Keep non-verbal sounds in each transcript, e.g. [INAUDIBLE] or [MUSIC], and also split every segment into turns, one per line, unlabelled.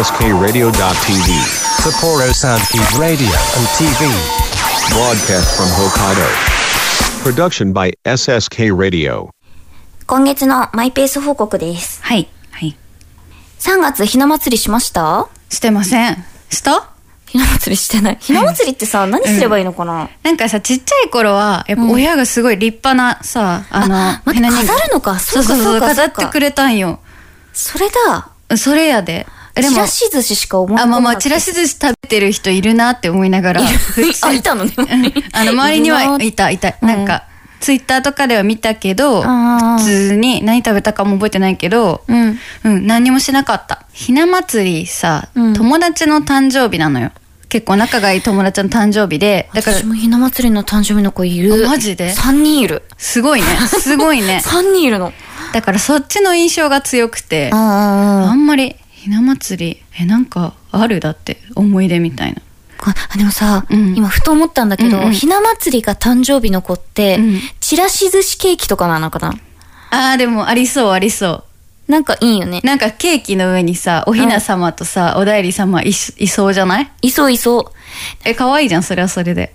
SSKRadio.tv.
Sapporo Soundkeep Radio and TV.
Broadcast from Hokkaido. Production by SSK Radio.
今月のマイペース報告です。
はい。はい。
3月ひな祭りしました
してません。した
ひな祭りしてない。ひな祭りってさ、何すればいいのかな、
なんかさ、ちっちゃい頃は、やっぱ親がすごい立派なさ、あの、
待って飾るのかそう
そ
うか
そう
そ
そう、
うか
飾
そう
っ
か
てくれたんよ。
それだ。
それやで。で
チラシ寿司しか思い浮
あ、
か
ま
ば
あま
ない。
あ、チ [LAUGHS] ラシ寿司食べてる人いるなって思いながら。
あ、いたのね。
[LAUGHS] あの、周りには
るない
た、いた。なんか、ツイッターとかでは見たけど、
あー
普通に何食べたかも覚えてないけど、
うん。
うん、何にもしなかった。ひな祭りさ、
うん
友達の誕生日なのよ。結構仲がいい友達の誕生日で、だから
私、もひな祭りの誕生日の子いる。
あマジで
?3 人いる。
す [LAUGHS] ごいね。すご
[LAUGHS]
いね。
3人いるの。
だからそっちの印象が強くて、
あ
あんまりひな祭り、え、なんかあるだって思い出みたいな。
こあでもさ、
うん
今ふと思ったんだけど、
うんうん
ひな祭りが誕生日の子って、
うん
ちらし寿司ケーキとかなのかな
あーでもありそうありそう。
なんかいいよね。
なんかケーキの上にさ、おひな様とさ、おだいり様いしいそうじゃない
いそういそう。
え、可愛いじゃん、それはそれで。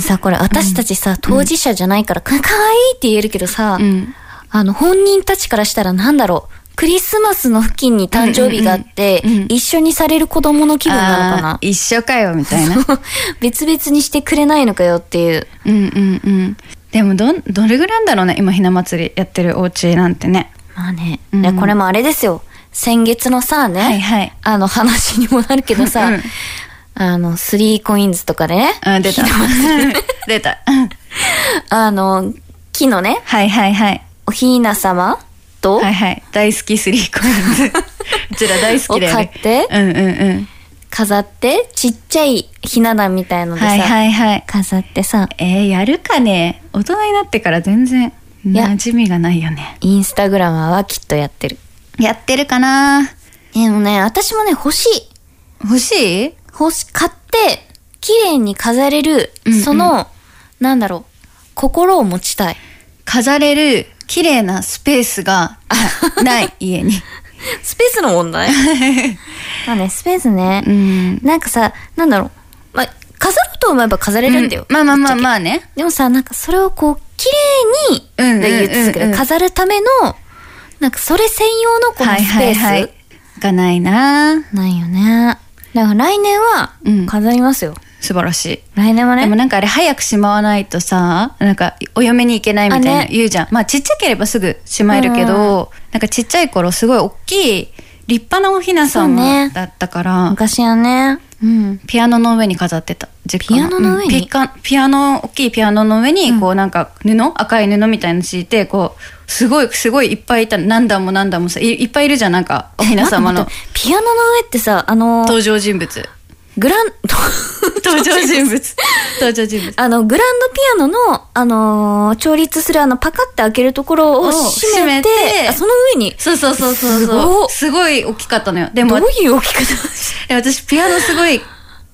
さこれ私たちさ、当事者じゃないから、かかわいいって言えるけどさ、
うん。
あの本人たちからしたらなんだろうクリスマスの付近に誕生日があって、
うんうんうんうん
一緒にされる子供の気分なのか
あ
な
ー一緒かよ、みたいな。
別々にしてくれないのかよっていう
うんうんうん。でもどん、どれぐらいなんだろうね、今ひな祭りやってるお家なんてね。
まあね、
うん
でこれもあれですよ先月のさね、
はいはい
あの話にもなるけどさ、
うん
あのスリーコインズとかでね、
うん、出た。 [LAUGHS] 出た。うん
[LAUGHS] あの木のね
はいはいはい。
おひな様と、
はいはい。大好きスリーコインズ。 [LAUGHS] うちら大好きだよ、ね。
を買って
うんうんうん。
飾ってちっちゃいひな壇みたいのでさ、
はいはいはい。
飾ってさ
えー、やるかね大人になってから全然
や
馴染みがないよね。
インスタグラマーはきっとやってる
やってるかな
でもね私もね欲しい
欲しい
欲し買って綺麗に飾れる、
うんうん
そのなんだろう心を持ちたい
飾れる綺麗なスペース
[LAUGHS]
がなない家に。
スペースの問題 [LAUGHS] まあね、スペースね。
ん。
なんかさ、なんだろう。まあ、飾ろうと思えば飾れるんだよ。
まあまあまあまあね。
でもさ、なんかそれをこう、綺
うんうん
麗
うんう
に、で
ん
言ってたけど、飾るための、なんかそれ専用のこのスペース、
がないな
ないよね。だから来年は
うん、
飾りますよ。
素晴らしい。
来年はね。
でもなんかあれ早くしまわないとさ、なんかお嫁に行けないみたい
あ
な
ね
言うじゃん。まあちっちゃければすぐしまえるけど、なんかちっちゃい頃すごい大きい立派なおひなさ
そうね
んだったから、
昔はね。うん。
ピアノの上に飾ってた。実家
ピアノの上に
うんピカピアノ、大きいピアノの上に、こうなんか布、赤い布みたいの敷いて、こう、すごい、すごいいっぱいいた。何段も何段もさ、いいっぱいいるじゃん、なんか、おひな様
え待
の
って待ってピアノの上ってさ、あの、
登場人物。
グラン、 [LAUGHS]
登場人物。登場人物。
あの、グランドピアノの、あのー調律するあの、パカって開けるところを
を
閉めて、
閉めて
あその上に、
そうそうそうそう。
すごっ
すごい大きかったのよ。で
ど
も
う、いう置き方
え私ピアノすごい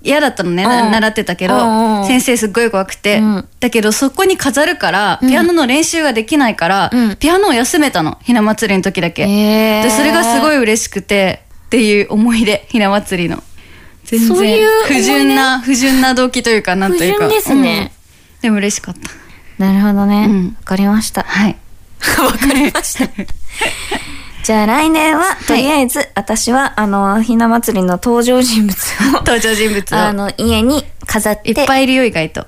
嫌だったのね、
う
なん習ってたけ
うんうん
ど先生すっごい怖くて、
うん
だけどそこに飾るからピアノの練習ができないから、
うん
ピアノを休めたのひな祭りの時だけ、
へー
でそれがすごい嬉しくてっていう思い出ひな祭りの全
そういう
然
思い出
不純な不純な動機というかなんというか
不純ですね、
うんでも嬉しかった
なるほどね。わ、
うん
かりました。
はい
[LAUGHS] わかりました。じゃあ来年は、とりあえず、私は、あの、ひな祭りの登場人物を、
[LAUGHS] 登場人物
あ
を
の、家に飾って、
[LAUGHS] いっぱいいるよ意外と
あ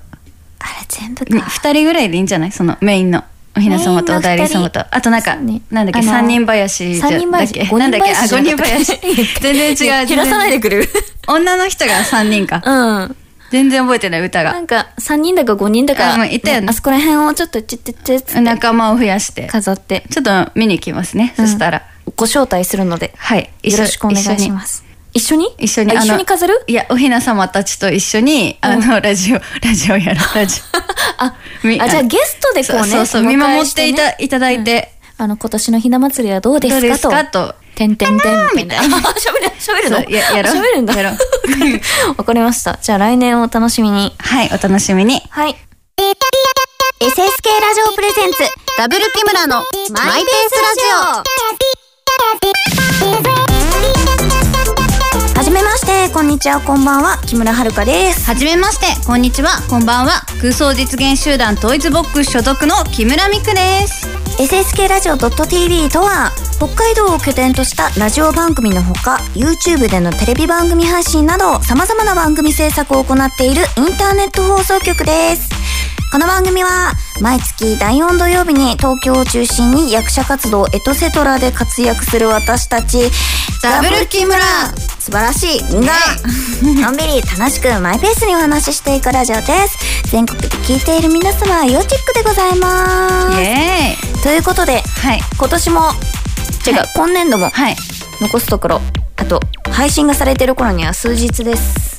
れ全部か。
2人ぐらいでいいんじゃないそのメインのおひな様とおだいり様と
メインの二人
あとなんか、
そうね
なんだっけ
あのー
三人林じゃ
三人林
だっけ
五
な
人
んだっけあ
林
五人林
[LAUGHS]
全然違う
減らさないでくれ
[LAUGHS]
る
女の人が3人か
うん。
全然覚えてない歌
な
が
んか、3人だか5人だ
あ
か、
もういたよね
あそこら辺をちょっと、ちってってって
仲間を増やして
飾って、
ちょっと見に行きますね、そしたら
ご招待するので、
はい
よろしくお願いしますす。一緒に
一緒に
あ
あ
一
の
緒に飾る
いやおひな様たちと一緒にあの、ラジオ [LAUGHS] ラジオやろうラジ
あ
オ
[LAUGHS]
み
あ、じゃあゲストでこうね、
そうそうそう
お
見
迎え
守
し
っていた,、いただいて、
あの、今年のひな祭りはどうですかと。
どうですかと
てんてんてんみたいな。
みたいな
あ喋る、喋る
そ
の
うややろう
喋るんだ。
やろう
[LAUGHS] わかりました。じゃあ来年をお楽しみに。
はいお楽しみに
はい。
SSK ラジオプレゼンツダブル木村のマイペースラジオ
こんにちはこんばんは木村遥です
はじめましてこんにちはこんばんは空想実現集団トイズボックス所属の木村美久です
SSK ラジオ .tv とは北海道を拠点としたラジオ番組のほか YouTube でのテレビ番組配信など様々な番組制作を行っているインターネット放送局ですこの番組は毎月第4土曜日に東京を中心に役者活動エトセトラで活躍する私たち
ダブル木村
素晴らしいが、のんびり楽しくマイペースにお話ししていくラジオです全国で聞いている皆様要チェックでございま
イ
す
エーイ
ということで
はい
今年も違う、
はい
今年度も
はい
残すところあと配信がされてる頃には数日です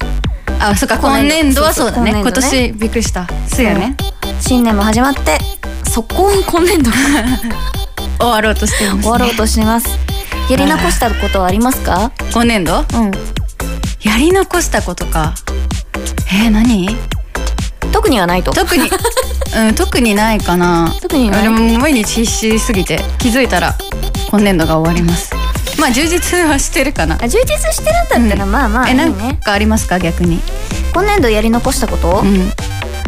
あそっか
今
今
年度
年度はそうだね
そう
今
そう今年度
年びっくりしたそうよね
新年も始まって速攻今年度が
終わろうとしています、ね、
終わろうとしてますやり残したことはありますか
今年度
うん
やり残したことかえー、何
特にはないと
特 [LAUGHS] に、うん、特にないかな
特にない
俺も毎日必死すぎて気づいたら今年度が終わりますまあ充実はしてるかな
あ充実してるんだったら、
うん
まあまあい
え
い
なん
ね
かありますか逆に
今年度やり残したこと、
うん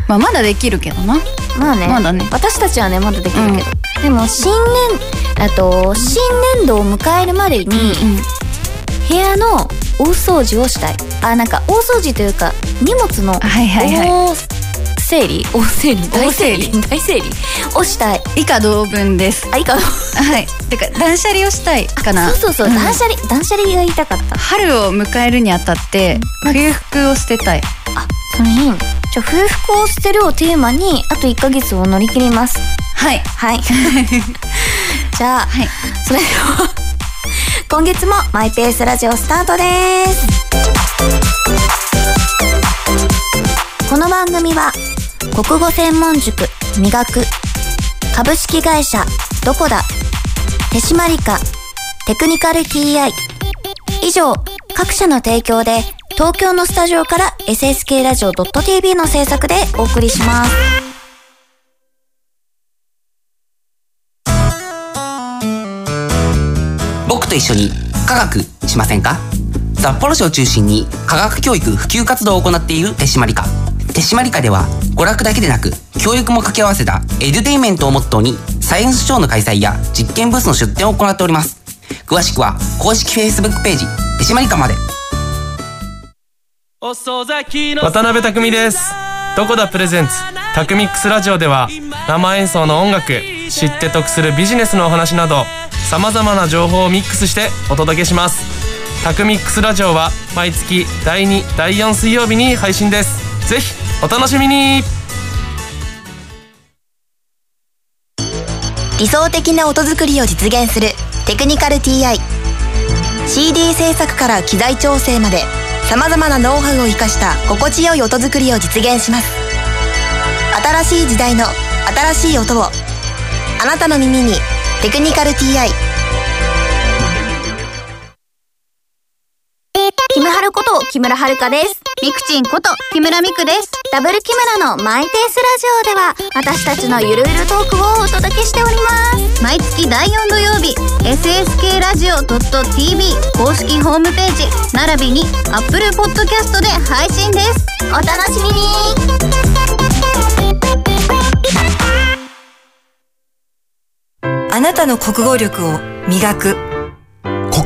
まあまだできるけどな
まあね
まだね
私たちはねまだできるけど、でも新年あと新年度を迎えるまでに、
うん
部屋の大掃除をしたいあなんか大掃除というか荷物の
はいはいはい
大整理大整理
大整理
大整理をしたい
以下同文です
あいいかな
はいてか断捨離をしたいかな
そうそうそう、
ん
断捨離断捨離が言いたかった
春を迎えるにあたって冬服を捨てたい
あそれいいねじゃあ冬服を捨てるをテーマにあと1ヶ月を乗り切ります
はい
はい
[LAUGHS]
じゃあ
はい
それでは今月もマイペースラジオスタートですこの番組は国語専門塾磨く株式会社どこだ手締まり課テクニカル TI 以上各社の提供で東京のスタジオから SSK ラジオ .tv の制作でお送りします
僕と一緒に科学しませんか札幌市を中心に科学教育普及活動を行っている手締まり課手締まり課では娯楽だけでなく教育も掛け合わせたエデュテインメントをモットーにサイエンスショーの開催や実験ブースの出展を行っております詳しくは公式 Facebook ページ手締まり課まで
渡
渡辺匠ですどこだプレゼンツタクミックスラジオでは生演奏の音楽知って得するビジネスのお話などさまざまな情報をミックスしてお届けしますタクミックスラジオは毎月第2第4水曜日に配信ですぜひお楽しみに
理想的な音作りを実現するテクニカル TI CD 制作から機材調整までさまざまなノウハウを生かした心地よい音作りを実現します新しい時代の新しい音をあなたの耳に「テクニカル TI」
キムハルこと木村遥です。
みくちんこと木村みくです
ダブル木村のマイペースラジオでは私たちのゆるゆるトークをお届けしております。
毎月第4土曜日 SSK ラジオ .tv 公式ホームページ並びに Apple Podcast で配信です
お楽しみに
あなたの国語力を磨く
国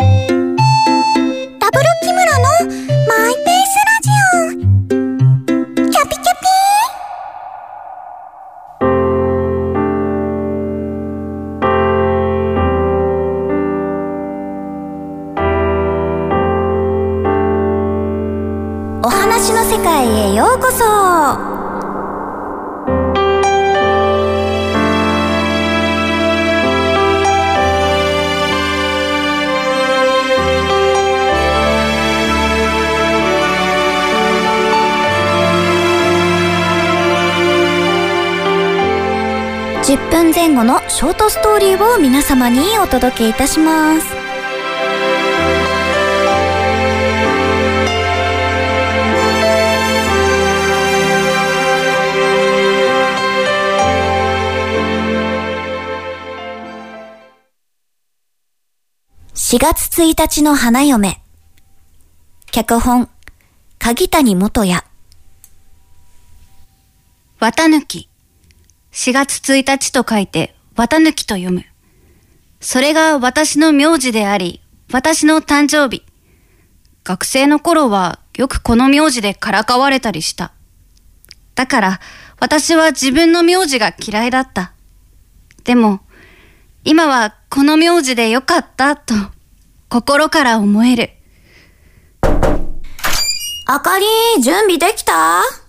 ダブル木村のマイペースラジオキャピキャピ
お話の世界へようこそ
「
10分前後のショートストーリーを皆様にお届けいたします4月1日の花嫁脚本鍵谷元也
綿抜き。4月1日と書いて、綿抜きと読む。それが私の名字であり、私の誕生日。学生の頃はよくこの名字でからかわれたりした。だから、私は自分の名字が嫌いだった。でも、今はこの名字でよかったと、心から思える。
あかり、準備できたわあ、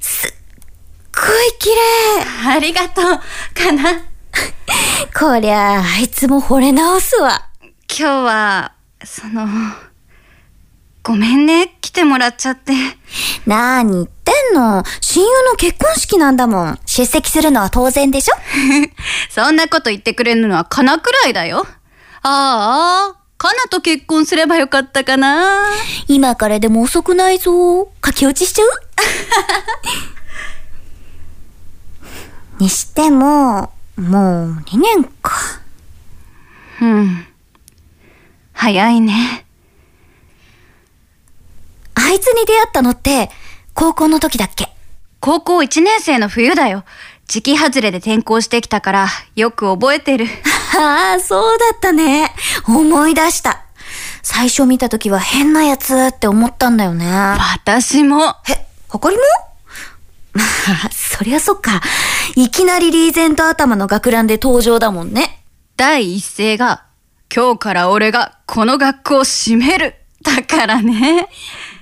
すっごい綺麗。
ありがとう、かな。今
こりゃあ、あいつも惚れ直すわ。
日は、その、ごめんね、来てもらっちゃって。
なーに言ってんの。親友の結婚式なんだもん。出席するのは当然でしょ
そんなこと言ってくれるのはかなくらいだよ。ああ、かなと結婚すればよかったかな。
今からでも遅くないぞ。駆け落ちしちゃう [LAUGHS] にしても、もう2年か。
うん。早いね。
あいつに出会ったのって、高校の時だっけ
高校1年生の冬だよ。時期外れで転校してきたから、よく覚えてる。
ああ、そうだったね。思い出した。最初見た時は変なやつって思ったんだよね。
私も。
え、誇りもまあ、 [LAUGHS] そりゃそっか。いきなりリーゼント頭の学ランで登場だもんね。
第一声が、今日から俺がこの学校を閉める。だからね。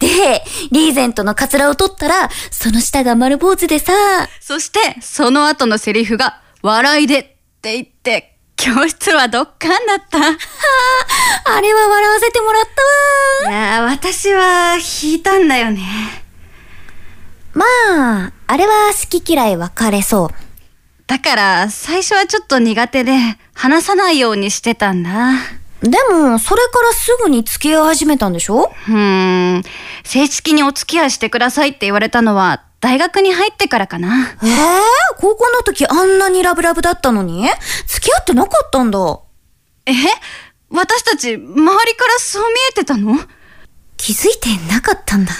で、リーゼントのカツラを取ったら、その下が丸坊主でさ、
そして、その後のセリフが、笑いでって言って、教室はどっかんだ [LAUGHS] った。
あれは笑わせてもらったわ。
いやー私は引いたんだよね
まあ、あれは好き嫌い分かれそう。
だから最初はちょっと苦手で話さないようにしてたんだ
でも、それからすぐに付き合い始めたんでしょ
うーん正式にお付き合いしてくださいって言われたのは大学に入ってからかな
ええ高校の時あんなにラブラブだったのに付き合ってなかったんだ。
え私たち周りからそう見えてたのやだ
気づいてなかったんだ。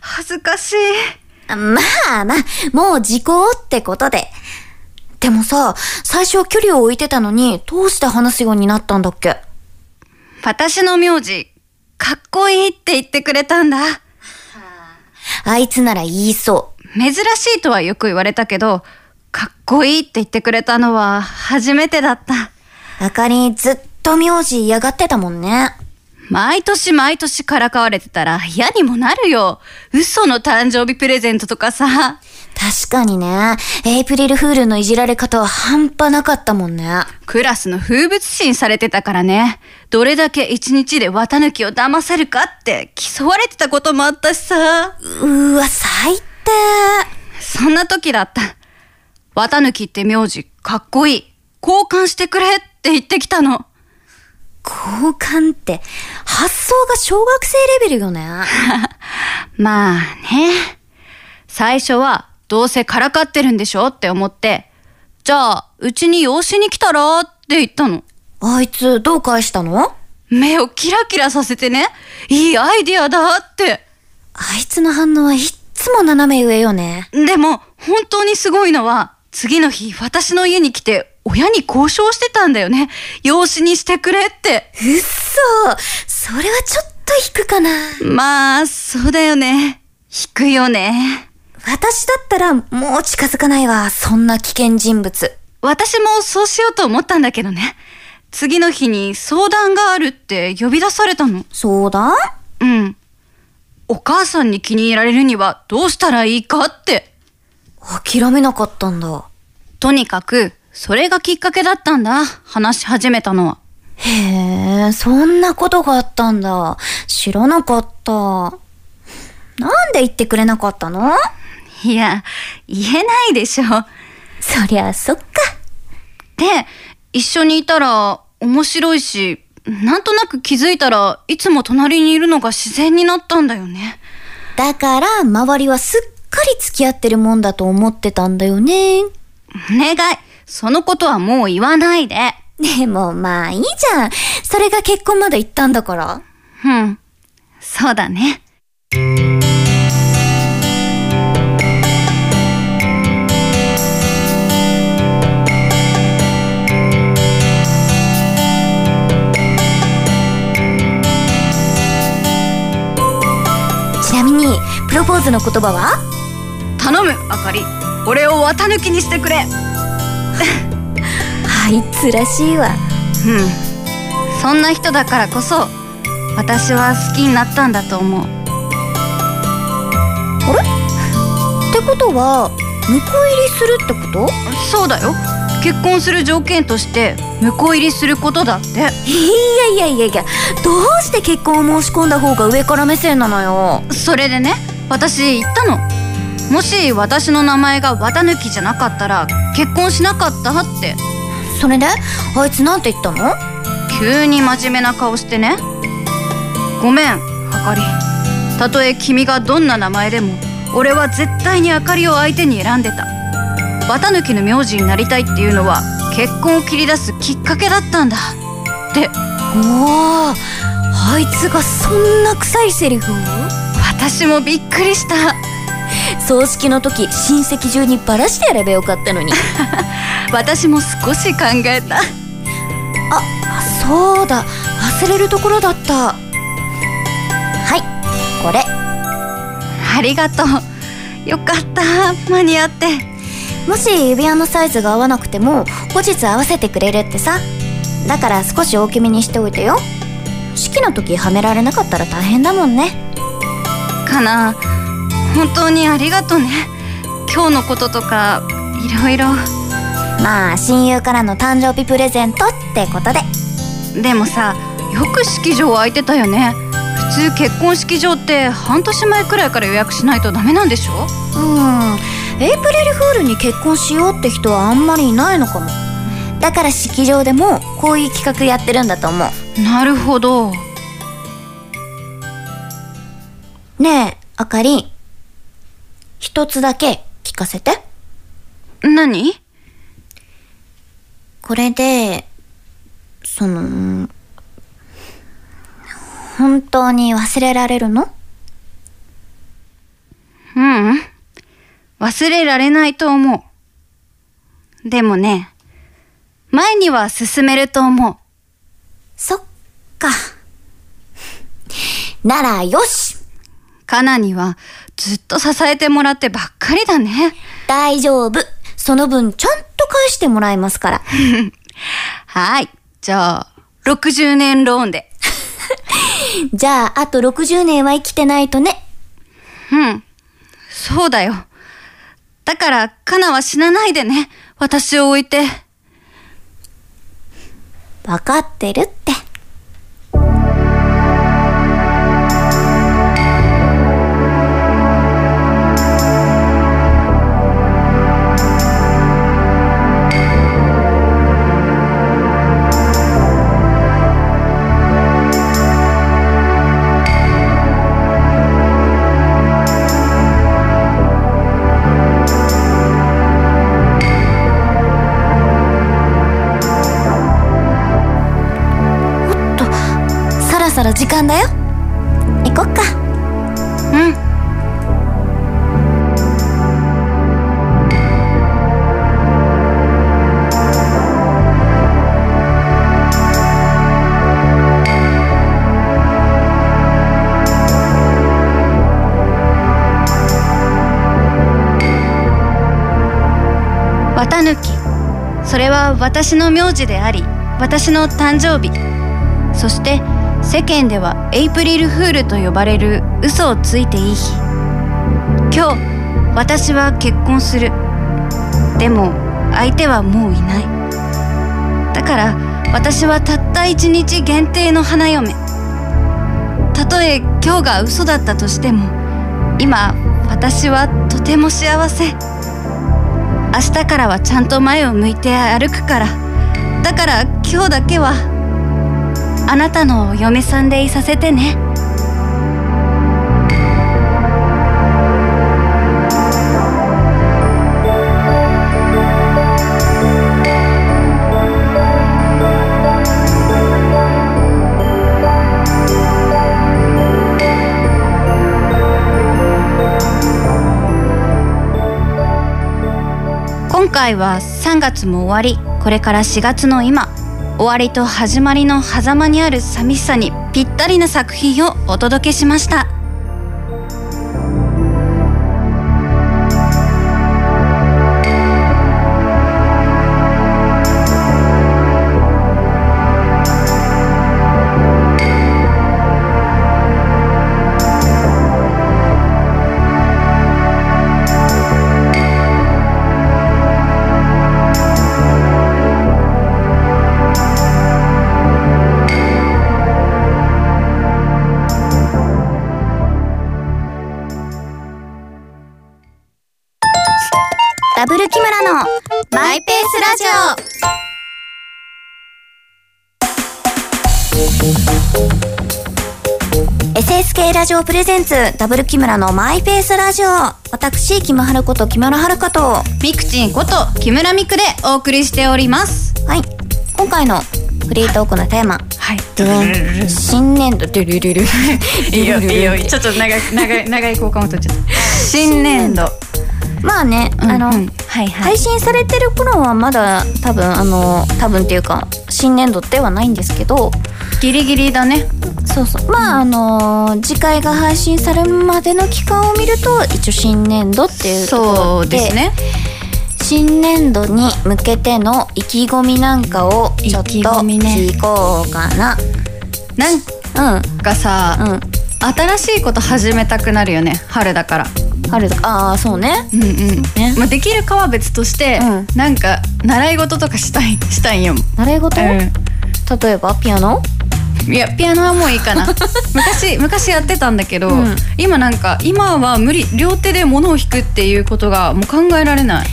恥ずかしい
まあまあ、もう時効ってことで。でもさ、最初は距離を置いてたのに、どうして話すようになったんだっけ
私の名字かっこいいって言ってくれたんだ
あいつなら言いそ
珍しいとはよく言われたけどかっこいいって言ってくれたのは初めてだった
う。あかり、ずっと名字嫌がってたもんね。
毎年毎年からかわれてたら嫌にもなるよ。嘘の誕生日プレゼントとかさ。
確かにね、エイプリルフールのいじられ方は半端なかったもんね。
クラスの風物詩にされてたからね。どれだけ一日で綿抜きを騙せるかって競われてたこともあったしさ。
うーわ、最低。
そんな時だった。綿抜きって名字かっこいい。交換してくれって言ってきたの。
交換って、発想が小学生レベルよね。
まあね。最初は、どうせからかってるんでしょって思って、じゃあ、うちに養子に来たらって言ったの。
あいつ、どう返したの
目をキラキラさせてね、いいアイディアだって。
あいつの反応はいっつも斜め上よね。
でも、本当にすごいのは、次の日、私の家に来て、親に交渉してたんだよね。養子にしてくれって。
うっそそれはちょっと引くかな。
まあ、そうだよね。引くよね。
私だったら、もう近づかないわ。そんな危険人物。
私もそうしようと思ったんだけどね。次の日に相談があるって呼び出されたの。
そうだ
うん。お母さんに気に入られるにはどうしたらいいかって。
諦めなかったんだ。
とにかく、それがきっかけだったんだ。話し始めたのは。
へえ、そんなことがあったんだ。知らなかった。なんで言ってくれなかったの
いいや、言えないでしょ。
そりゃそっか。
で、一緒にいたら面白いし、なんとなく気づいたらいつも隣にいるのが自然になったんだよね。
だから、周りはすっかり付き合ってるもんだと思ってたんだよね。
お願い、そのことはもう言わないで。
でもまあいいじゃん。それが結婚まで行ったんだから。
うん、そうだね。
ちなみに、プロポーズの言葉は
頼む、あかり。俺を綿抜きにしてくれ。
あいつらしいわ。
うん。そんな人だからこそ、私は好きになったんだと思う。
ってことは、向こう入りするってこと
そうだよ結婚する条件として婿入りすることだって
いやいやいやいや、どうして結婚を申し込んだ方が上から目線なのよ。
それでね私言ったのもし私の名前が綿貫じゃなかったら結婚しなかったって
それで、あいつなんて言ったの
急に真面目な顔してねごめんあかりたとえ君がどんな名前でも俺は絶対にあかりを相手に選んでた綿貫の名字になりたいっていうのは結婚を切り出すきっかけだったんだって
おー、あいつがそんな臭いセリフを
私もびっくりした
葬式の時、親戚中にバラしてやればよかったのに。
私も少し考えた
[LAUGHS] あそうだ忘れるところだったはいこれ
ありがとうよかった間に合って
もし指輪のサイズが合わなくても後日合わせてくれるってさだから少し大きめにしておいてよ式の時はめられなかったら大変だもんね
かな本当にありがとね今日のこととかいろいろ
まあ親友からの誕生日プレゼントってことで
でもさよく式場空いてたよね普通結婚式場って半年前くらいから予約しないとダメなんでしょ
うんエイプリルフールに結婚しようって人はあんまりいないのかもだから式場でもこういう企画やってるんだと思う
なるほど
ねえ、あかり。一つだけ聞かせて。
何
これで、その、本当に忘れられるの
ううん忘れられないと思うでもね前には進めると思う
そっか。なら、よし
カナにはずっと支えてもらってばっかりだね
大丈夫その分ちゃんと返してもらいますから。
はいじゃあ60年ローンで
じゃあ、あと60年は生きてないとね。
うんそうだよだからカナは死なないでね私を置いて
わかってるって。そろそろ時間だよ。行こっか。
うん綿貫それは私の名字であり私の誕生日そして世間ではエイプリルフールと呼ばれる嘘をついていい日今日私は結婚するでも相手はもういないだから私はたった一日限定の花嫁たとえ今日が嘘だったとしても今私はとても幸せ明日からはちゃんと前を向いて歩くからだから今日だけはあなたのお嫁さんでいさせてね今回は3月も終わりこれから4月の今終わりと始まりの狭間にある寂しさにぴったりな作品をお届けしました
ダブル木村のマイペースラジオ SSK ラジオプレゼンツダブル木村のマイペースラジオ私木村春子と木村遥香とは
みくちんこと木村みくでお送りしております
い今回のフリートークのテーマ
はい
ドゥン新年度ドゥルルル
いいよいいよちょっと長い長い長い交換を取っちゃ [LAUGHS] った新年度
まあねあの、
うんうんはいはい
配信されてる頃はまだ多分あの多分っていうか新年度ではないんですけど
ギリギリだね
そうそうまああのー次回が配信されるまでの期間を見ると一応新年度っていうとこ
そ
ろ
う
で
ですね
新年度に向けての意気込みなんかをちょっと
意気込みね
聞こうかな、
なんかさ、
うんうん
新しいこと始めたくなるよね春だから
春だああそうね
うんうん、
ね
まあ、できるかは別として、
うん
なんか習い事とかしたいしたいんよ、
習い事、例えばピアノ
いやピアノはもういい
[LAUGHS]
かな昔昔やってたんだけど、
うん
今なんか今は無理両手で物を弾くっていうことがもう考えられない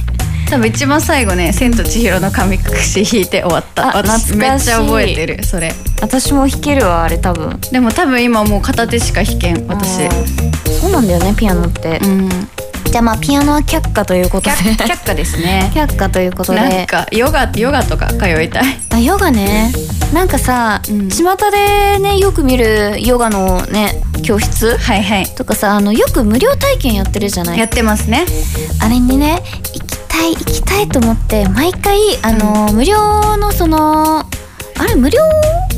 多分一番最後ね「千と千尋の神隠し」弾いて終わった
あ
私
懐
め
か
っ
しい
ちゃ覚えてるそれ
私も弾けるわあれ多分
でも多分今もう片手しか弾けん私
そうなんだよねピアノって、
うん
じゃあまあピアノは却下ということで
却却下ですね
却下ということで
なんかヨガヨガとか通いたい
あヨガねなんかさ、
うん
巷でねよく見るヨガのね教室
はいはい
とかさあのよく無料体験やってるじゃな
や
い
ってますね
あれにね行きたい行きたいと思って毎回あの、無料のそのあれ無料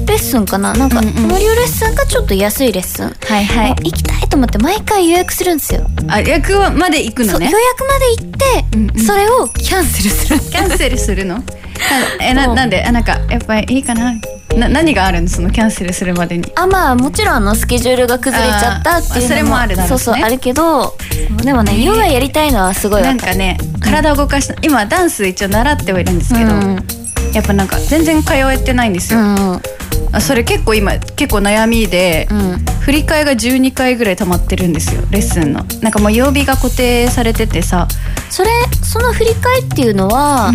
レッスンかななんか、
うんうん
無料レッスンかちょっと安いレッスン、
はいは
行きたいと思って毎回予約するんですよ、
あ予約はまで行く
そ
の
う予
ね
約まで行って、
うんうん
それをキャンセルする
キャンセルするの
[LAUGHS]
なえな
そう
なんであなんかやっぱりいいかなな何があるのそのキャンセルするまでに
あまあもちろんあのスケジュールが崩れちゃったっていうのも
あーそれもあるだろうし
そ
ね
うそうあるけどでもねヨガやりたいのはすごいわ
な
かる
んかね体を動かした今ダンス一応習ってはいるんですけど、
うん
やっぱなんか全然通えてないんです
う
よ、
ん
あそれ結構今結構悩みで、
うん
振り替えが12回ぐらい溜まってるんですよレッスンのなんかもう曜日が固定されててさ、
それその振り返っていうのは、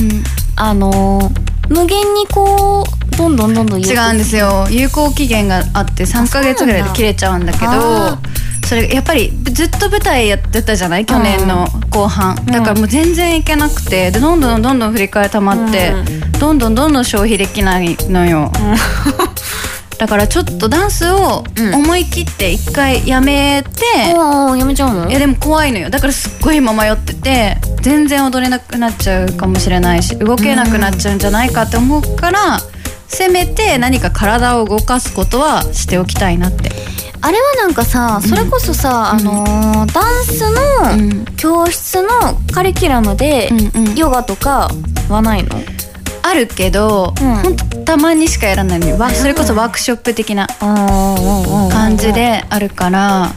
あのー無限にこうどんどんどんどん
違うんですよ有効期限があって3ヶ月ぐらいで切れちゃうんだけ
あ
どそれやっぱりずっと舞台やってたじゃない去年の後半、だからもう全然行けなくてでどんどんどんどん振り替えたまって、どんどんどんどん消費できないのよ、だからちょっとダンスを
うん
思い切って一回やめて、
もうやめちゃうの
いやでも怖いのよだからすっごい今迷ってて全然踊れなくなっちゃうかもしれないし動けなくなっちゃうんじゃないかって思うから、せめて何か体を動かすことはしておきたいなって、
あれはなんかさそれこそさ、
うん
あのーダンスの
ん、
教室のカリキュラムで、
うん
ヨガとかはないの
あるけど、
うん
ほんとたまにしかやらないのよわそれこそワークショップ的な感じであるから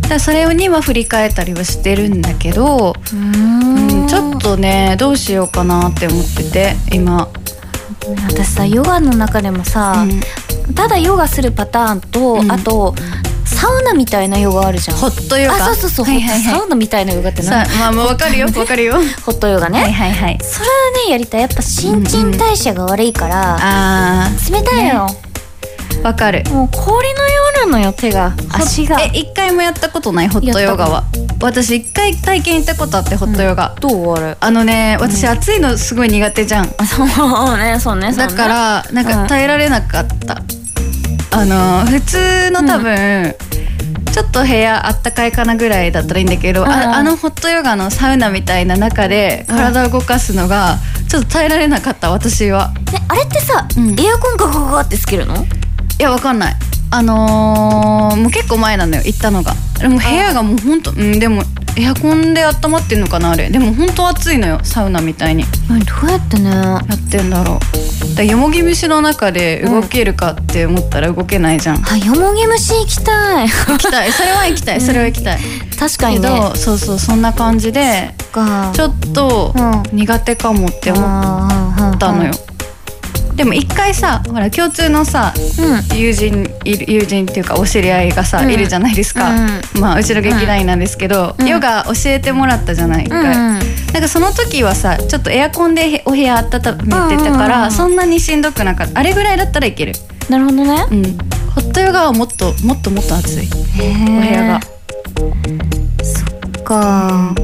だからそれには振り返ったりはしてるんだけ
う
ど、うん
ん
ちょっとねどうしようかなって思ってて今。
私さヨガの中でもさ、
うん
ただヨガするパターンと、
うん
あとササウナみたいなヨガあるじゃん
ホットヨガ
あそうそうそう、
はいはいはい
ホットサウナみたいなヨガって
さ
な
あまあもうわかるよわかるよ
ホットヨガね、
はいはいはい
それはねやりたいやっぱ新陳代謝が悪いから、
あ
冷たいのよ、
ーわかる
もう氷のようなのよ手が足が
え一回もやったことないホットヨガは私一回体験行ったことあってホットヨガ、
どうあれ
あのね私暑いのすごい苦手じゃん、
あそう [LAUGHS] ねそうねそうね
だからなん
う
か
ん
耐えられなかった、あの普通の多分、ちょっと部屋あったかいかなぐらいだったらいいんだけ
う
ど、
んうん
ああのホットヨガのサウナみたいな中で体を動かすのがちょっと耐えられなかった私は
ねあれってさ、エアコンガガガガってつけるの
いやわかんないあのーもう結構前なのよ行ったのがでも部屋がもうほんとうんでもエアコンで温まってんのかなあれでもほんと暑いのよサウナみたいに
どうやってね
やってんだろうだからよもぎ虫の中で動けるかって思ったら動けないじゃん、
あよもぎ虫行きたい
[LAUGHS] 行きたいそれは行きたいそれは行きたい、
確か
け
にね
どそうそうそんな感じで
か
ちょっと
う
苦手かもって思っ
思
たのよ、でも一回さほら共通のさ、友人いる友人っていうかお知り合いがさ、
うん
いるじゃないですか、まあうちの劇団員なんですけど、
うん
ヨガ教えてもらったじゃない一
うん
回、なんかその時はさちょっとエアコンでお部屋温めてたか
うんうんうんう
ら、
ん
そんなにしんどくなかったあれぐらいだったらいける
なるほどね
うんホットヨガはもっともっともっと暑いお部屋が
か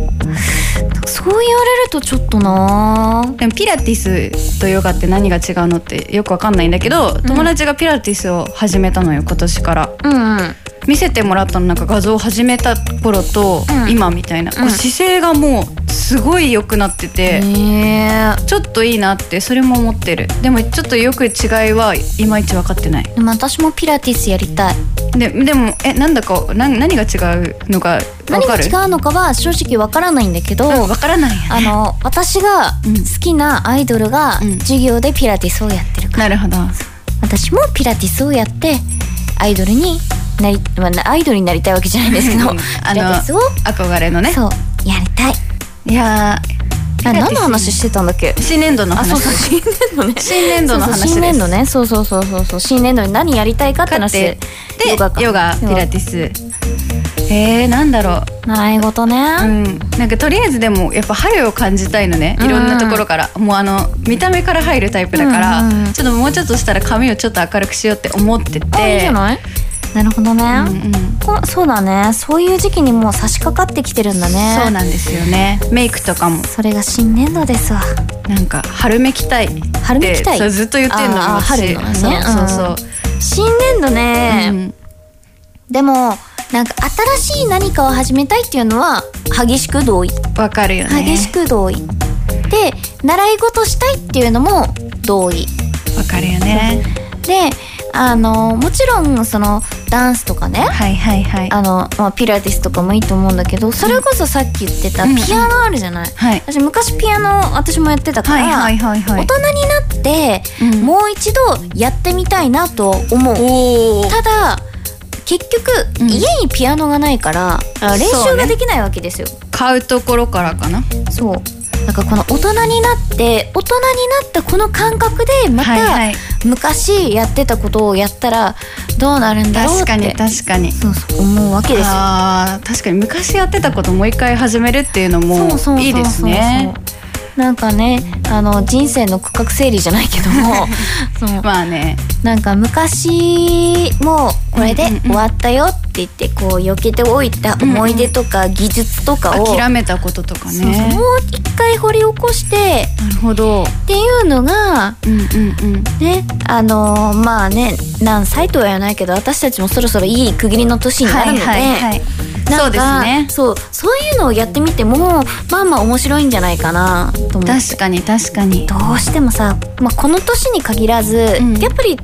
そう言われるとちょっとな
でもピラティスとヨガって何が違うのってよくわかんないんだけど、友達がピラティスを始めたのよ今年から
うんうん
見せてもらったのなんか画像を始めた頃と、
うん
今みたいな、こう姿勢がもうすごい良くなってて、
え
ちょっといいなってそれも思ってるでもちょっとよく違いはいまいち分かってない
でも私もピラティスやりたい
ででもえなんだかな何が違うのか分
何
か
が
る
違うのかは正直わからないんだけど、
分からないや
あの私が
うん
好きなアイドルが
うん
授業でピラティスをやってるから、
なるほど
私もピラティスをやってアイドルになり、まあ、アイドルになりたいわけじゃないんですけど
う
ピ
ん
ラティスを
憧れのね
そうやりたい
いやー
あ
ピラティス
何の話してたんだっけ
新年度の
あ
話
そうそう新年度ね
新年度の話
そう
で
そう
す
新年度ねそうそうそうそうそう新年度に何やりたいかって話
で
ヨガか
ヨガピラティスえー、なんだろ
習い事ね、
う、うん、なんかとりあえずでもやっぱ春を感じたいのねいろんなところから、もうあの見た目から入るタイプだから、
うんうんうん
ちょっともうちょっとしたら髪をちょっと明るくしようって思ってて
あいいじゃないなるほどね、
うんうん
こそうだねそういう時期にもう差し掛かってきてるんだね
そうなんですよねメイクとかも
それが新年度ですわ
なんか春めきたいって
春めきたい
そうずっと言ってんの
あー春
私
のね
そうそう
う
そうん
新年度ね、
うん
でもなんか新しい何かを始めたいっていうのは激しく同意
わかるよね
激しく同意、で習い事したいっていうのも同意
わかるよね
であのもちろんそのダンスとかね
はいはいはい
あの、まあ、ピラティスとかもいいと思うんだけどそれこそさっき言ってた
うん
ピアノあるじゃない、
はい
私昔ピアノ私もやってたか
は
ら、
いはいはいは
大
い
人になって、
うん
もう一度やってみたいなと思う
おー
ただ結局、
ん
家にピアノがないから練
そう
習
ね
ができないわけですよ
買うところからかな
そう,、なんかこの大人になって大人になったこの感覚でまた、
はいはい
昔やってたことをやったらどうなるんだろうっ
確
て
かに確かに
そうそう思うわけですよ
あー確かに昔やってたこともう一回始めるっていうの
そうそうそう
も
そう
いいですね
なんかねあの人生の区画整理じゃないけど [LAUGHS] もそう
まあね
なんか昔もうこれで終わったよって言ってこう避けておいた思い出とか技術とかを、
諦めたことと
そ
か
うそう
ね
もう一回掘り起こして
なるほど
っていうのが
うんうんうん
ねあのーまあね何歳とは言わないけど私たちもそろそろいい区切りの年になるので、
い
な
そ
んか
うですね
そうそういうのをやってみてもまあまあ面白いんじゃないかなと思って
確かに確かに
どうしてもさ、まあ、この年に限らず、
うん
やっぱり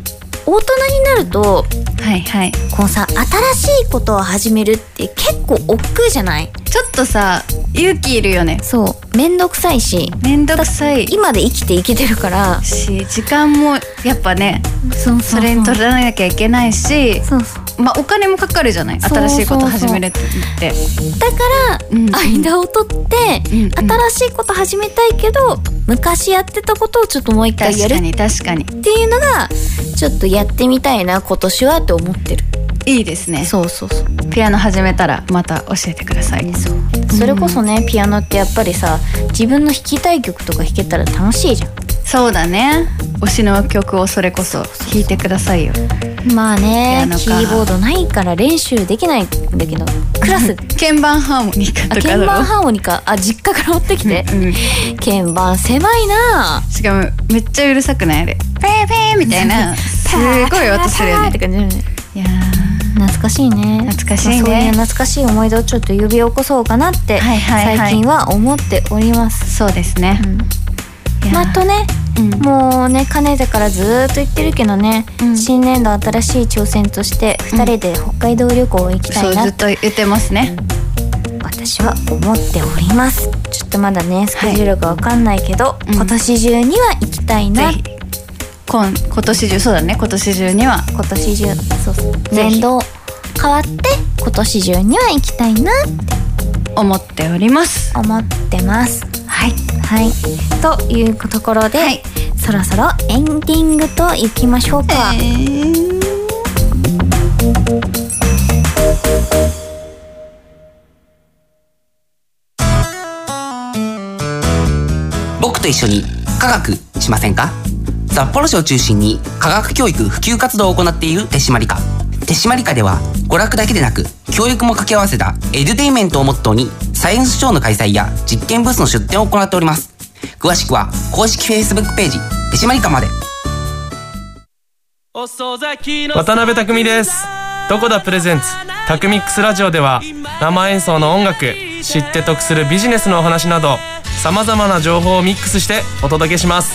大人になると
はいはい
こうさ新しいことを始めるって結構億劫じゃない
ちょっとさ勇気いるよね
そう面倒くさいし
めんどくさい
今で生きていけてるから
し時間もやっぱね
そう
それに取らなきゃいけないし
そうそう
まあお金もかかるじゃない
そうそうそう
新しいこと始めるって言って
だから
うん
間を取って、
うんうん
新しいこと始めたいけど昔やってたことをちょっともう一回や
確
る
か
っ
に確かに
ていうのがちょっとやってみたいな今年はって思ってる
いいですね
そうそうそう
ピアノ始めたらまた教えてくださいそう
それこそね、ピアノってやっぱりさ自分の弾きたい曲とか弾けたら楽しいじゃん
そうだね推しの曲をそれこそ弾いてくださいよ
まあね
ピアノか
キーボードないから練習できないんだ [LAUGHS] けどクラス
鍵盤ハーモニカ
あ
とか
鍵
だろ
盤ハーモニカあ実家から持ってきて
うん
鍵盤狭いな
しかもめっちゃうるさくないあれペーペーみたいなすごい音するよ
パーパーパーっ
ね
て感じだよね
いや
懐かしいね
懐かしいね
まあそういう懐かしい思い出をちょっと呼び起こそうかなって
はいはいはい
最近は思っております、
ーそうですね、いやー
まあ、とね、
うん
もうねかねてからずーっと言ってるけどね、
うん
新年度新しい挑戦として2人で北海道旅行行きた
そ
い
うず
な
っ
と
と言ってますね
私は思っておりますちょっとまだねスケジュールがわかんないけど、
ん
今年中には行きたい
ぜ
な
ひ今今年中そうだね今年中には
今年中そうそう
ぜひ
年度変わって今年中には行きたいな
思っております
思ってますはいはいというところで、
はい
そろそろエンディングと行きましょうか、
僕と一緒に科学しませんか札幌市を中心に科学教育普及活動を行っている手締まり課手締まり課では娯楽だけでなく教育も掛け合わせたエデュテインメントをモットーにサイエンスショーの開催や実験ブースの出展を行っております詳しくは公式 Facebook ページ手締まり課まで
渡辺匠ですどこだプレゼンツタクミックスラジオでは生演奏の音楽知って得するビジネスのお話などさまざまな情報をミックスしてお届けします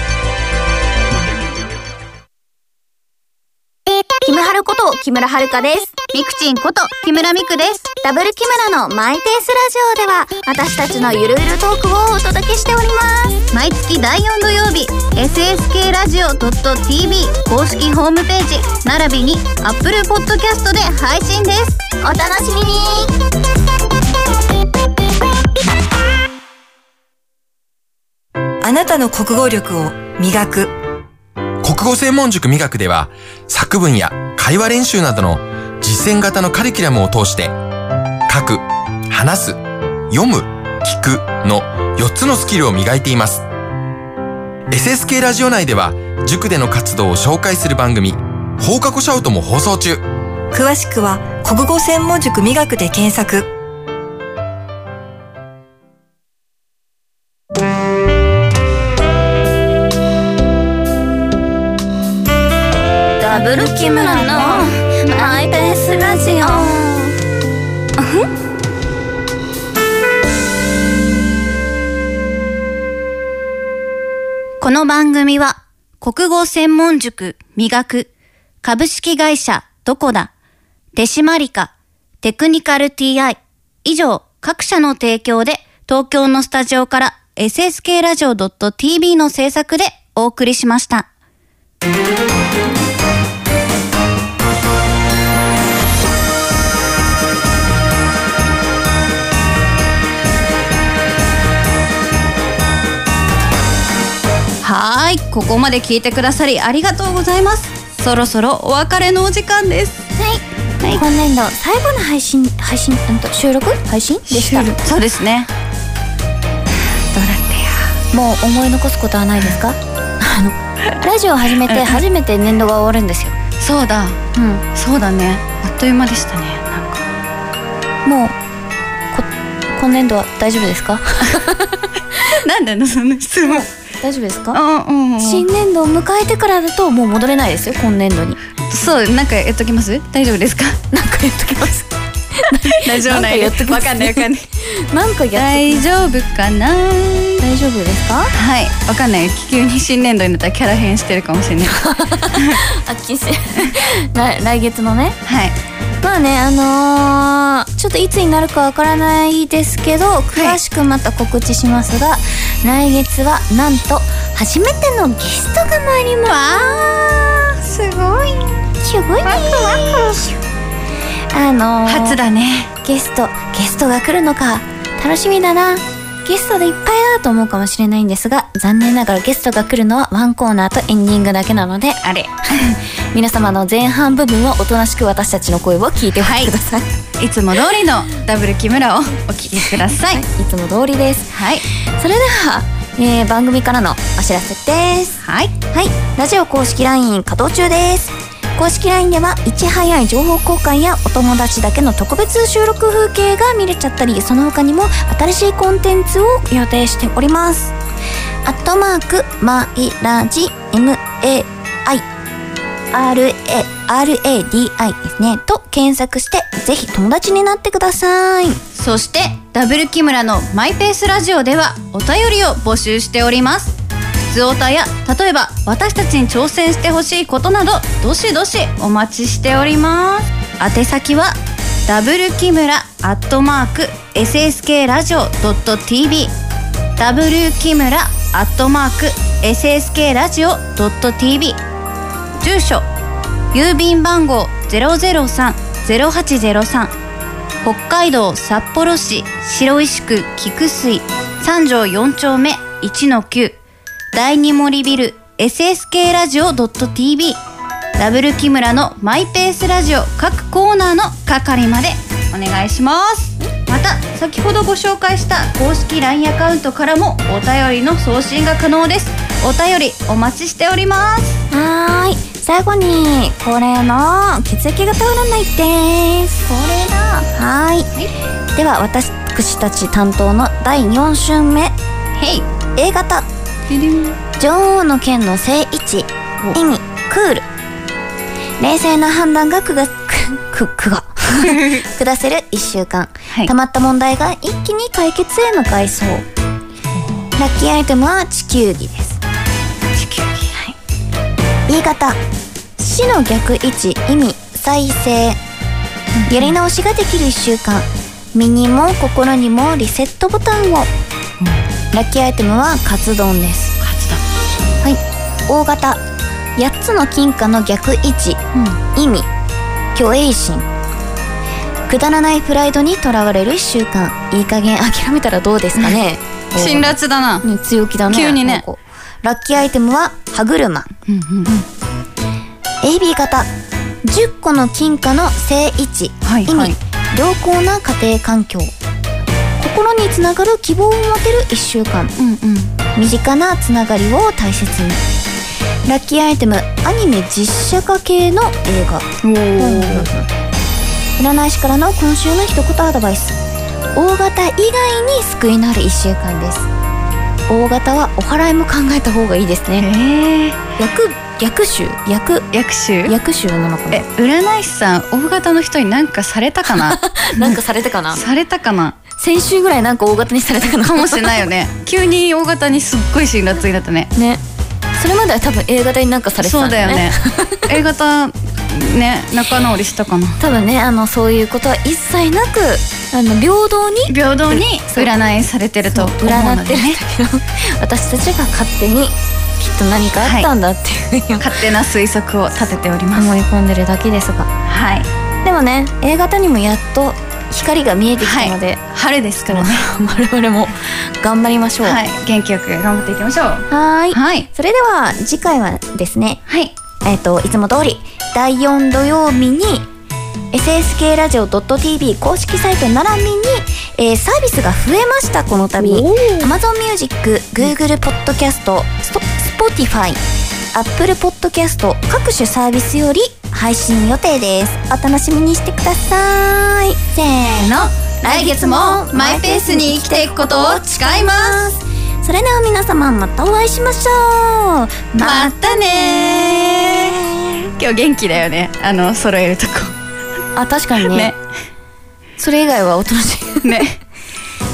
キムハルこと木村遥です。ミクチンこと木村ミクです。ダブル木村のマイペースラジオでは私たちのゆるゆるトークをお届けしております。毎月第4土曜日、sskradio.tv 公式ホームページ、並びに Apple Podcast で配信です。お楽しみに
あなたの国語力を磨く
国語専門塾美学では作文や会話練習などの実践型のカリキュラムを通して書く、話す、読む、聞くの4つのスキルを磨いています。SSK ラジオ内では塾での活動を紹介する番組放課後シャウトも放送中。
詳しくは国語専門塾磨くで検索
ダブル木村のマイペースラジオ
この番組は、国語専門塾、磨く、株式会社、どこだ、手締まりか、テクニカル TI、以上、各社の提供で、東京のスタジオから sskradio.tv の制作でお送りしました。
はーいここまで聞いてくださりありがとうございますそろそろお別れのお時間です
はい、今年度最後の配信配信うんと収録配信でした
収録そうですね
もう思い残すことはないですかあのラジオを始めて初めて年度が終わるんですよ
そうだ
うん
そうだねあっという間でしたねなんか
もうこ今年度は大丈夫ですか
[LAUGHS] なんだよその質問
[LAUGHS] 大丈夫ですか
あうんうん
新年度を迎えてからだともう戻れないですよ今年度に
そうなんか言っときます大丈夫ですか
なんか言っときます
[LAUGHS] 大丈夫ない
なんか言っときま
わ
す
かんないわか [LAUGHS] んない
[LAUGHS] なんかやっ
大丈夫かなは
大丈夫ですか
いわかんない急に新年度になったらキャラ変してるかもしれない
[LAUGHS]
[LAUGHS]
あきせ来来月のね
はい
まあねあのーちょっといつになるかわからないですけど詳しくまた告知しますが、来月はなんと初めてのゲストが参りますすごいすごいねあのー
初だね
ゲストゲストが来るのか楽しみだなゲストでいっぱいだと思うかもしれないんですが残念ながらゲストが来るのはワンコーナーとエンディングだけなので
あれ
[LAUGHS] 皆様の前半部分はおとなしく私たちの声を聞いておいてください、
いつも通りのダブル木村をお聞きください
い、つも通りです
はい
それでは、えー番組からのお知らせです
はい
はい、ラジオ公式 LINE 稼働中です。公式 LINE ではいち早い情報公開やお友達だけの特別収録風景が見れちゃったりその他にも新しいコンテンツを予定しておりますアットマークマイラジ MAI RADI ですねと検索してぜひ友達になってください
そしてダブル木村のマイペースラジオではお便りを募集しております普通おたや例えば私たちに挑戦してほしいことなどどしどしお待ちしております宛先はダブル木村アットマーク SSK ラジオ .tv ダブル木村アットマーク SSK ラジオ .tv 住所郵便番号003-0803北海道札幌市白石区菊水三条四丁目1の9第二森ビル SSK ラジオ .tv ダブル木村のマイペースラジオ各コーナーの係までお願いしますまた先ほどご紹介した公式 LINE アカウントからもお便りの送信が可能ですお便りお待ちしております
はーい最後に恒例の血液型占いですこれだはーいでは私たち担当の第4週目
へい
A 型
ゆりん
女王の剣の正位置意味クール冷静な判断がくがくくく [LAUGHS] が下せる1週間、
はい
たまった問題が一気に解決へ向かいそうラッキーアイテムは地球儀です地球儀はい B 型死の逆位置意味再生やり直しができる1週間身にも心にもリセットボタンをラッキーアイテムはカツ丼です
勝つだ
はい、大型8つの金貨の逆位置、意味虚栄心くだらないプライドにとらわれる1週間いい加減諦めたらどうですか [LAUGHS] ね
辛辣だな
ね強気だね
急に
な
ね
んかラッキーアイテムは歯車、AB 型10個の金貨の正位置、
はい
意味、
はい
良好な家庭環境心につながる希望を持てる1週間
うんうん
身近なつながりを大切にラッキーアイテムアニメ実写化系の映画占い師からの今週の一言アドバイス大型以外に救いのある1週間です大型はお祓いも考えた方がいいですね
ええ
薬薬種薬
役種
薬種なのか
え
な
占い師さん大型の人に何かされたか [LAUGHS] な
なんかされたかな
されたかな
先週ぐらいなんか大型にされたかな
かもしれないよ [LAUGHS] ね急に大型にすっごい辛辣になったね
ねそれまでは多分 A 型になんかされて
そ
た
うんだ
だ
よ
よね
[LAUGHS] ね A 型ね仲直りしたかな
多分ねあのそういうことは一切なくあの平等に
平等に
そう
占いされてると
占
思
っ
う
てるんだ
のでね
けど私たちが勝手にきっと何かあったんだっていうふうに
勝手な推測を立てております
思い込んでるだけですが
はい
でもね A 型にもやっと光が見えてきたので、
春ですからね
[LAUGHS] 我々も頑張りましょう
は
はい
元気よく頑張っていきましょう
ーい
はい
それでは次回はですね
はい
えっ、といつも通り第4土曜日に SSK ラジオ .tv 公式サイトならみに、えーサービスが増えましたこの度 Amazon Music、Google Podcast、スト Spotify、Apple Podcast 各種サービスより配信予定ですお楽しみにしてくださいせーの
来月もマイペースに生きていくことを誓います
それでは皆様またお会いしましょう
またね今日元気だよねあの揃えるとこ
あ確かにね
ね
それ以外はおとなしい
ね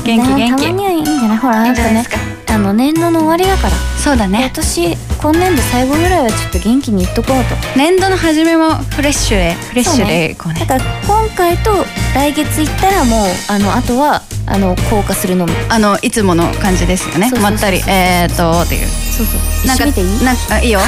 元気元気
たまにはいいんじゃないほら
いい
や
ん
っ
じゃ
ぱ
ない
ね
ですか
ああの年度の終わりだから
そうだね
私今年度最後ぐらいはちょっと元気にいっとこうと
年度の初めもフレッシュへフレッシュでこうね
だから今回と来月行ったらもうあのあとはあの降下するのみ
あのいつもの感じですよね
そうそうそうそう
まったりえーっとっていう
そうそう
なん
一緒
か
に見ていい
なんかあいいよ